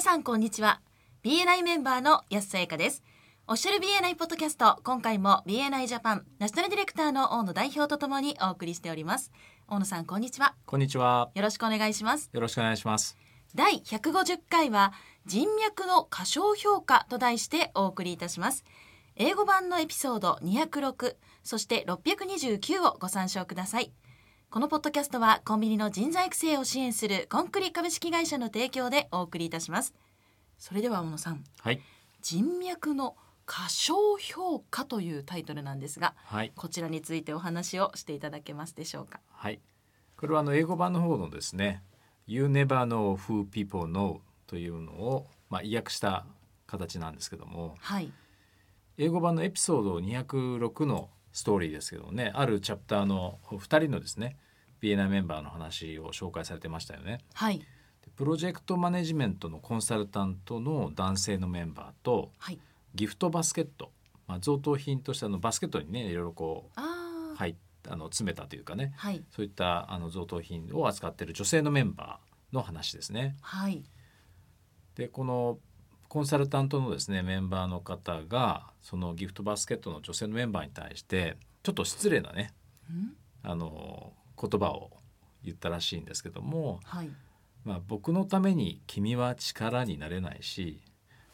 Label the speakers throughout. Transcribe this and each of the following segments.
Speaker 1: さんこんにちは BNI メンバーの安さやかですおっしゃる BNI ポッドキャスト今回も BNI ジャパンナショナルディレクターの大野代表とともにお送りしております大野さんこんにちは
Speaker 2: こんにちは。
Speaker 1: よろしくお願いします
Speaker 2: よろしくお願いします。
Speaker 1: 第150回は人脈の過小評価と題してお送りいたします英語版のエピソード206そして629をご参照くださいこのポッドキャストはコンビニの人材育成を支援するコンクリ株式会社の提供でお送りいたしますそれでは小野さん
Speaker 2: はい。
Speaker 1: 人脈の過小評価というタイトルなんですが
Speaker 2: はい。
Speaker 1: こちらについてお話をしていただけますでしょうか
Speaker 2: はい。これはあの英語版の方のですね。You never know who people know というのをまあ意訳した形なんですけども、
Speaker 1: はい
Speaker 2: 英語版のエピソード206のストーリーですけどね、あるチャプターの2人のですね、BNI メンバーの話を紹介されてましたよね。
Speaker 1: はい
Speaker 2: でプロジェクトマネジメントのコンサルタントの男性のメンバーと
Speaker 1: はい
Speaker 2: ギフトバスケット、まあ、贈答品としてあのバスケットにねいろいろこう
Speaker 1: あー
Speaker 2: はい、あの詰めたというかね
Speaker 1: はい
Speaker 2: そういったあの贈答品を扱っている女性のメンバーの話ですね。
Speaker 1: はい
Speaker 2: でこのコンサルタントのですねメンバーの方がそのギフトバスケットの女性のメンバーに対してちょっと失礼なね
Speaker 1: ん
Speaker 2: あの言葉を言ったらしいんですけども、
Speaker 1: はい
Speaker 2: まあ、僕のために君は力になれないし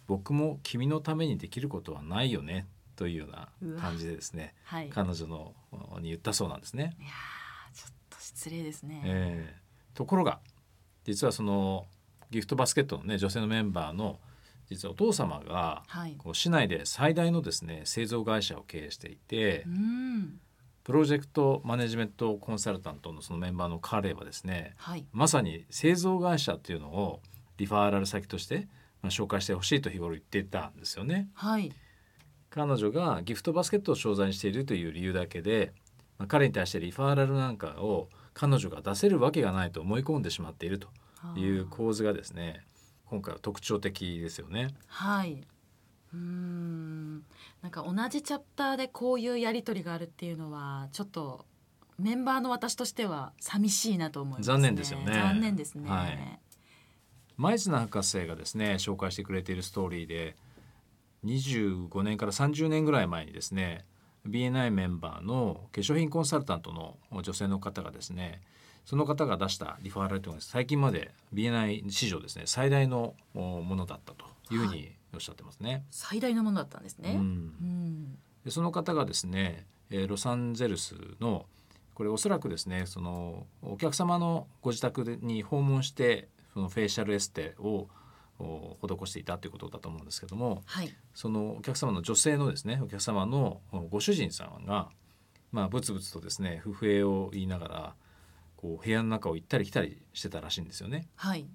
Speaker 2: 僕も君のためにできることはないよねというような感じでですね
Speaker 1: はい。いやー
Speaker 2: 彼女のに言ったそうなんですね。
Speaker 1: ちょっと失礼ですね。
Speaker 2: えーところが実はそのギフトバスケットのね女性のメンバーの実はお父様が
Speaker 1: はい。
Speaker 2: こう市内で最大のですね製造会社を経営していて
Speaker 1: うん。
Speaker 2: プロジェクトマネジメントコンサルタントのそのメンバーの彼はですね
Speaker 1: はい。
Speaker 2: まさに製造会社っていうのをリファーラル先として、まあ、紹介してほしいと日頃言っていたんですよね。
Speaker 1: はい。
Speaker 2: 彼女がギフトバスケットを商材にしているという理由だけで、まあ、彼に対してリファーラルなんかを彼女が出せるわけがないと思い込んでしまっていると
Speaker 1: あー
Speaker 2: いう構図がですね今回は特徴的ですよね。
Speaker 1: はい。うーん。なんか同じチャプターでこういうやりとりがあるっていうのはちょっとメンバーの私としては寂しいなと思います、ね。
Speaker 2: 残念ですよね
Speaker 1: 残念ですね。
Speaker 2: はい前綱博士がですね紹介してくれているストーリーで25年から30年ぐらい前にですね BNI メンバーの化粧品コンサルタントの女性の方がですねその方が出したリファーラルというのは最近まで BNI 史上ですね最大のおものだったというふうにおっしゃってますね。
Speaker 1: 最大のものだったんですね。
Speaker 2: う
Speaker 1: うん。
Speaker 2: んでその方がですね、えーロサンゼルスのこれおそらくですねそのお客様のご自宅でに訪問してそのフェイシャルエステをお施していたということだと思うんですけども
Speaker 1: はい。
Speaker 2: そのお客様の女性のですねお客様のおご主人さんがまあブツブツとですね不平を言いながらこう部屋の中を行ったり来たりしてたらしいんですよね。
Speaker 1: はい。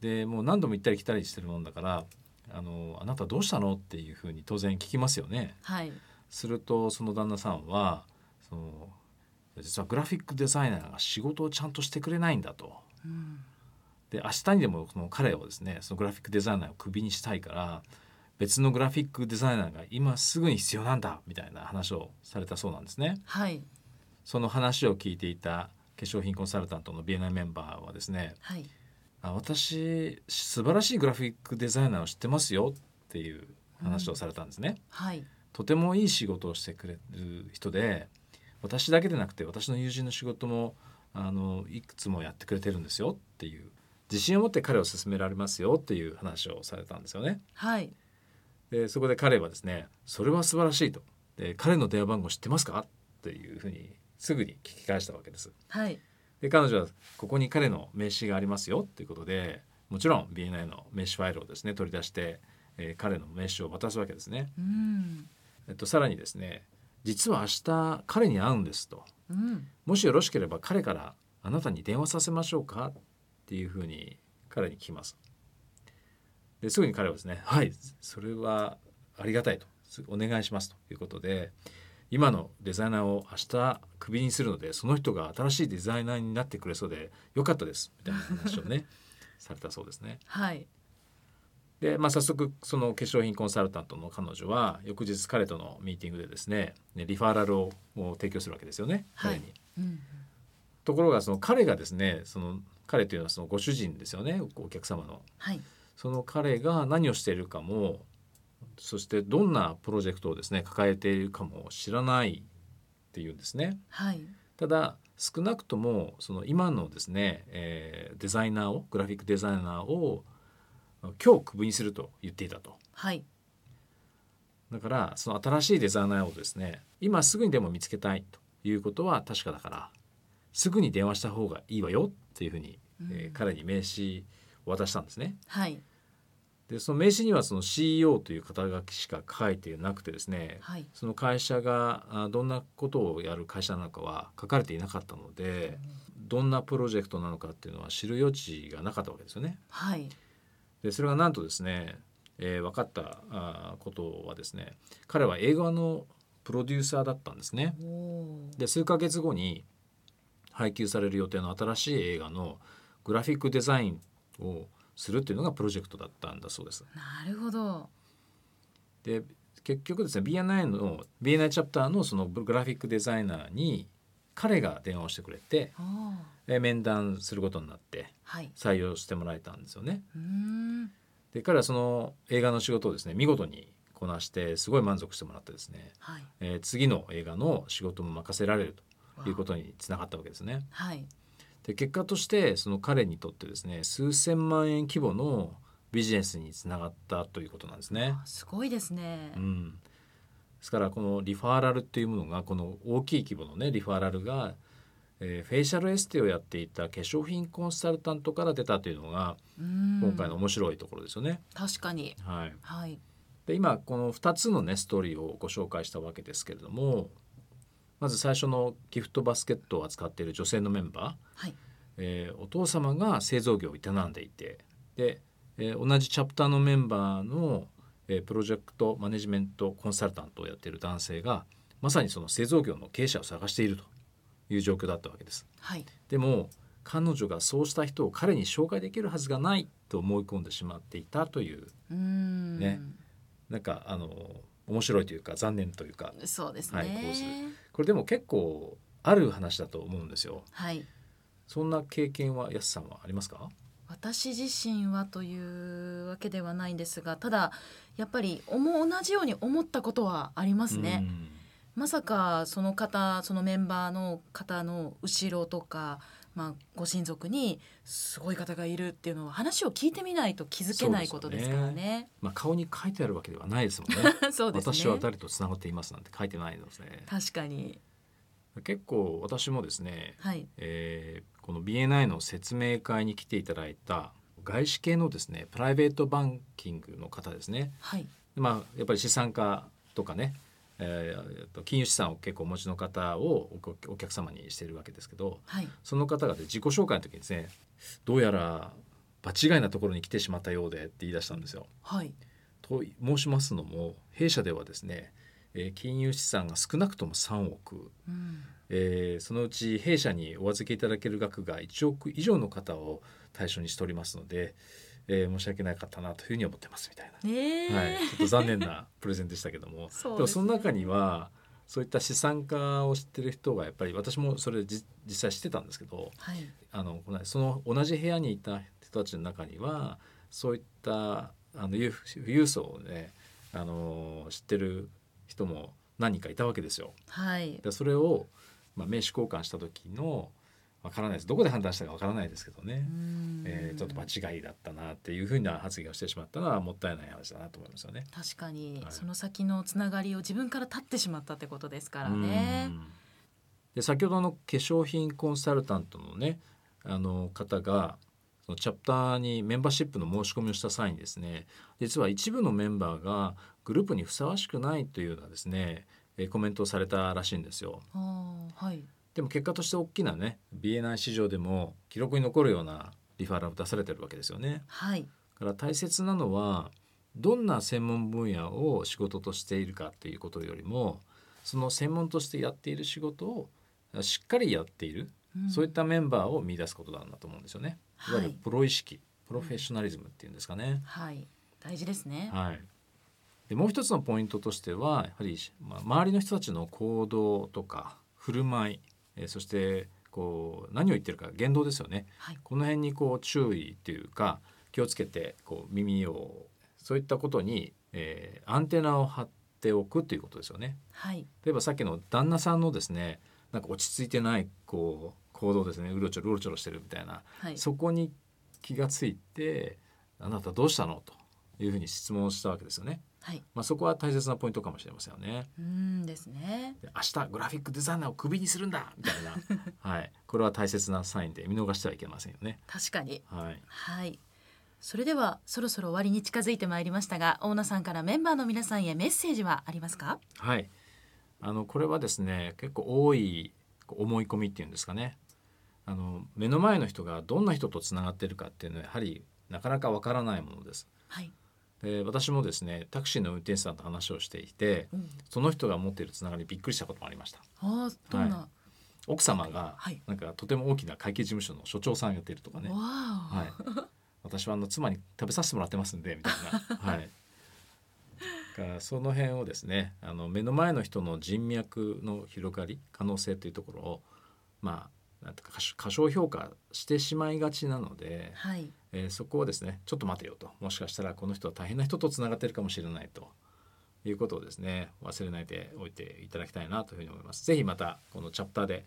Speaker 2: でもう何度も行ったり来たりしてるもんだから「あのあなたどうしたの?」っていうふうに当然聞きますよね。
Speaker 1: はい。
Speaker 2: するとその旦那さんはその実はグラフィックデザイナーが仕事をちゃんとしてくれないんだと。
Speaker 1: うん。
Speaker 2: で明日にでもその彼をですねそのグラフィックデザイナーをクビにしたいから別のグラフィックデザイナーが今すぐに必要なんだみたいな話をされたそうなんですね。
Speaker 1: はい。
Speaker 2: その話を聞いていた化粧品コンサルタントの BNI メンバーはですね
Speaker 1: はい。
Speaker 2: あ私素晴らしいグラフィックデザイナーを知ってますよっていう話をされたんですね。
Speaker 1: はい。
Speaker 2: とてもいい仕事をしてくれる人で私だけでなくて私の友人の仕事もあのいくつもやってくれてるんですよっていう自信を持って彼を勧められますよっていう話をされたんですよね。
Speaker 1: はい。
Speaker 2: でそこで彼はですね「それは素晴らしいと」で彼の電話番号知ってますか?」っていうふうにすぐに聞き返したわけです。
Speaker 1: はい。
Speaker 2: で彼女はここに彼の名刺がありますよっていうことでもちろん BNI の名刺ファイルをですね取り出して、えー彼の名刺を渡すわけですね。
Speaker 1: うん。
Speaker 2: えっと、さらにですね実は明日彼に会うんですと
Speaker 1: うん。
Speaker 2: もしよろしければ彼からあなたに電話させましょうかっていうふうに彼に聞きますですぐに彼はですねはいそれはありがたいとすお願いしますということで今のデザイナーを明日クビにするのでその人が新しいデザイナーになってくれそうでよかったですみたいな話をねされたそうですね
Speaker 1: はい。
Speaker 2: で、まあ、早速その化粧品コンサルタントの彼女は翌日彼とのミーティングでですねねリファーラルをを提供するわけですよね、
Speaker 1: はい
Speaker 2: 彼に。
Speaker 1: うん。
Speaker 2: ところがその彼がですねその彼というのはそのご主人ですよねおお客様の
Speaker 1: はい。
Speaker 2: その彼が何をしているかもそしてどんなプロジェクトをですね抱えているかも知らないっていうんですね。
Speaker 1: はい。
Speaker 2: ただ少なくともその今のですね、えーデザイナーをグラフィックデザイナーを今日クビにすると言っていたと。
Speaker 1: はい。
Speaker 2: だからその新しいデザイナーをですね今すぐにでも見つけたいということは確かだからすぐに電話した方がいいわよっていうふうに、えー
Speaker 1: うん
Speaker 2: 彼に名刺を渡したんですね。
Speaker 1: はい。
Speaker 2: でその名刺にはその CEO という肩書きしか書いてなくてですね、
Speaker 1: はい。
Speaker 2: その会社があどんなことをやる会社なのかは書かれていなかったのでどんなプロジェクトなのかっていうのは知る余地がなかったわけですよね。
Speaker 1: はい。
Speaker 2: でそれがなんとですね、えー分かったあーことはですね彼は映画のプロデューサーだったんですね。
Speaker 1: おおー。
Speaker 2: で数ヶ月後に配給される予定の新しい映画のグラフィックデザインをするっていうのがプロジェクトだったんだそうです。
Speaker 1: なるほど。
Speaker 2: で結局ですね BNI の BNI チャプターのそのグラフィックデザイナーに彼が電話をしてくれて
Speaker 1: おお。
Speaker 2: えー面談することになって
Speaker 1: はい。
Speaker 2: 採用してもらえたんですよね。
Speaker 1: うーん。
Speaker 2: で彼はその映画の仕事をですね見事にこなしてすごい満足してもらってですね、
Speaker 1: はい。。
Speaker 2: えー次の映画の仕事も任せられるということとにつながったわけですね。
Speaker 1: はい。
Speaker 2: で結果としてその彼にとってですね数千万円規模のビジネスにつながったということなんですね。
Speaker 1: あすごいですね
Speaker 2: う。ん、ですからこのリファーラルっていうものがこの大きい規模のねリファーラルが、えーフェイシャルエステをやっていた化粧品コンサルタントから出たというのが
Speaker 1: うん。
Speaker 2: 今回の面白いところですよね。
Speaker 1: 確かに。
Speaker 2: はい、
Speaker 1: はい。
Speaker 2: で今この2つのねストーリーをご紹介したわけですけれどもまず最初のギフトバスケットを扱っている女性のメンバー、
Speaker 1: はい。
Speaker 2: えーお父様が製造業を営んでいてで、えー同じチャプターのメンバーの、えープロジェクトマネジメントコンサルタントをやっている男性がまさにその製造業の経営者を探しているという状況だったわけです。
Speaker 1: はい。
Speaker 2: でも彼女がそうした人を彼に紹介できるはずがないと思い込んでしまっていたという
Speaker 1: うーん。
Speaker 2: ね。なんかあの面白いというか残念というか
Speaker 1: そうです
Speaker 2: はいこうす
Speaker 1: ね。
Speaker 2: これでも結構ある話だと思うんですよ。
Speaker 1: はい。
Speaker 2: そんな経験はやすさんはありますか？
Speaker 1: 私自身はというわけではないんですがただやっぱりおも同じように思ったことはありますね、まさかその方そのメンバーの方の後ろとか、まあ、ご親族にすごい方がいるっていうのは話を聞いてみないと気づけないことですからね。
Speaker 2: まあ、顔に書いてあるわけではないですもんね。
Speaker 1: そうですね
Speaker 2: 私は誰とつながっていますなんて書いてないのですね。
Speaker 1: 確かに
Speaker 2: 結構私もですね、
Speaker 1: はい
Speaker 2: えーこの BNI の説明会に来ていただいた外資系のですねプライベートバンキングの方ですね。
Speaker 1: はい
Speaker 2: まあやっぱり資産家とかね、えーえっと金融資産を結構お持ちの方をおお客様にしているわけですけど、
Speaker 1: はい
Speaker 2: その方がね自己紹介の時にですね、どうやら場違いなところに来てしまったようでって言い出したんですよ。
Speaker 1: はい
Speaker 2: と申しますのも弊社ではですね、えー金融資産が少なくとも3億、
Speaker 1: うん
Speaker 2: えーそのうち弊社にお預けいただける額が1億以上の方を対象にしておりますので、えー申し訳なかったなというふうに思ってますみたいな、
Speaker 1: ねえ、
Speaker 2: はい、ちょっと残念なプレゼンでしたけども
Speaker 1: そうですね
Speaker 2: もその中にはそういった資産家を知ってる人がやっぱり私もそれじ実際知ってたんですけど
Speaker 1: はい
Speaker 2: あのこのその同じ部屋にいた人たちの中にはそういったあの裕富裕層をねあの知ってる人も何人かいたわけですよ。
Speaker 1: はい
Speaker 2: でそれを、まあ、名刺交換した時のわからないですどこで判断したかわからないですけどね、えーちょっと
Speaker 1: バ
Speaker 2: 間違いだったなっていうふうな発言をしてしまったのはもったいない話だなと思いますよね。
Speaker 1: 確かに、
Speaker 2: はい
Speaker 1: その先のつながりを自分から立ってしまったってことですからね
Speaker 2: う。んで先ほどの化粧品コンサルタントのねあの方がそのチャプターにメンバーシップの申し込みをした際にですね実は一部のメンバーがグループにふさわしくないというようなですねえーコメントをされたらしいんですよ。
Speaker 1: ああはい
Speaker 2: でも結果として大きなね BNI 市場でも記録に残るようなリファラルを出されてるわけですよね。
Speaker 1: はい
Speaker 2: だから大切なのはどんな専門分野を仕事としているかっていうことよりもその専門としてやっている仕事をしっかりやっている、
Speaker 1: ん
Speaker 2: そういったメンバーを見出すことなんだと思うんですよね。
Speaker 1: は
Speaker 2: い
Speaker 1: い
Speaker 2: わゆるプロ意識、プロフェッショナリズムっていうんですかね。
Speaker 1: はい大事ですね。
Speaker 2: はい。でもう一つのポイントとしてはやはり、まあ、周りの人たちの行動とか振る舞い、えーそしてこう何を言ってるか言動ですよね。
Speaker 1: はい
Speaker 2: この辺にこう注意っていうか気をつけてこう耳をそういったことに、えーアンテナを張っておくということですよね。
Speaker 1: はい
Speaker 2: 例えばさっきの旦那さんのですねなんか落ち着いてないこう行動ですねうろちょろうろちょろしてるみたいな、
Speaker 1: はい
Speaker 2: そこに気がついて「あなたどうしたの?」というふうに質問をしたわけですよね。
Speaker 1: はい
Speaker 2: まあ、そこは大切なポイントかもしれませんよね。
Speaker 1: うーんですね
Speaker 2: で明日グラフィックデザイナーをクビにするんだみた いな、はい、これは大切なサインで見逃してはいけませんよね。
Speaker 1: 確かに
Speaker 2: はい、
Speaker 1: はいそれではそろそろ終わりに近づいてまいりましたが大野さんからメンバーの皆さんへメッセージはありますか
Speaker 2: はい、あのこれはですね結構多い思い込みっていうんですかねあの目の前の人がどんな人とつながってるかっていうのはやはりなかなかわからないものです。
Speaker 1: はい、
Speaker 2: で私もですねタクシーの運転手さんと話をしていて
Speaker 1: うん、
Speaker 2: その人が持っているつながりにびっくりしたこともありました。
Speaker 1: あーどんな、
Speaker 2: 奥様が
Speaker 1: はい
Speaker 2: なんかとても大きな会計事務所の所長さんやってるとかね、
Speaker 1: わあ、
Speaker 2: はい、私はあの妻に食べさせてもらってますんでみたい な、はい、だからその辺をですねあの目の前の人の人脈の広がり可能性というところをまあなんていうか過小過小評価してしまいがちなので、
Speaker 1: はい
Speaker 2: えーそこをですねちょっと待てよともしかしたらこの人は大変な人とつながってるかもしれないということをですね忘れないでおいていただきたいなというふうに思います。ぜひまたこのチャプターで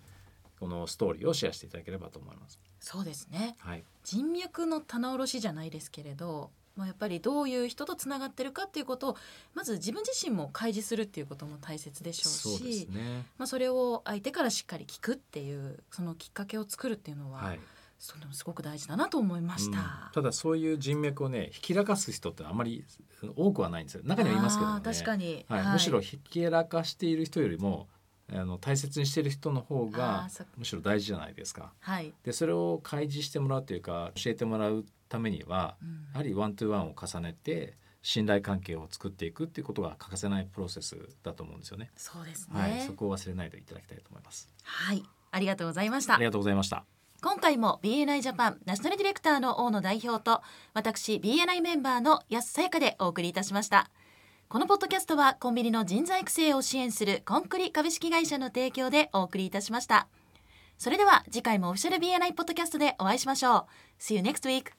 Speaker 2: このストーリーをシェアしていただければと思います。
Speaker 1: そうですね
Speaker 2: はい、
Speaker 1: 人脈の棚卸しじゃないですけれど、まあ、やっぱりどういう人とつながってるかっていうことをまず自分自身も開示するっていうことも大切でしょうし
Speaker 2: そうですね。
Speaker 1: まあ、それを相手からしっかり聞くっていうそのきっかけを作るっていうのは、
Speaker 2: はい。
Speaker 1: そのすごく大事だなと思いました。
Speaker 2: うんただそういう人脈をねひきらかす人ってあまり多くはないんですよ中にはいますけども
Speaker 1: あ
Speaker 2: ね
Speaker 1: ー確かに、
Speaker 2: はいむしろひきらかしている人よりもあの大切にしている人の方
Speaker 1: あー
Speaker 2: が
Speaker 1: そっか
Speaker 2: むしろ大事じゃないですか。
Speaker 1: はい、
Speaker 2: でそれを開示してもらうというか教えてもらうためには
Speaker 1: うん
Speaker 2: やはりワントゥーワンを重ねて信頼関係を作っていくっていうことが欠かせないプロセスだと思うんですよね。
Speaker 1: そうですね。
Speaker 2: はい、そこを忘れないでいただきたいと思います。
Speaker 1: はい、ありがとうございました
Speaker 2: あり。がとうございました。
Speaker 1: 今回も BNI ジャパンナショナルディレクターの大野代表と私 BNI メンバーの安さやかでお送りいたしましたこのポッドキャストはコンビニの人材育成を支援するコンクリ株式会社の提供でお送りいたしましたそれでは次回もオフィシャル BNI ポッドキャストでお会いしましょう See you next week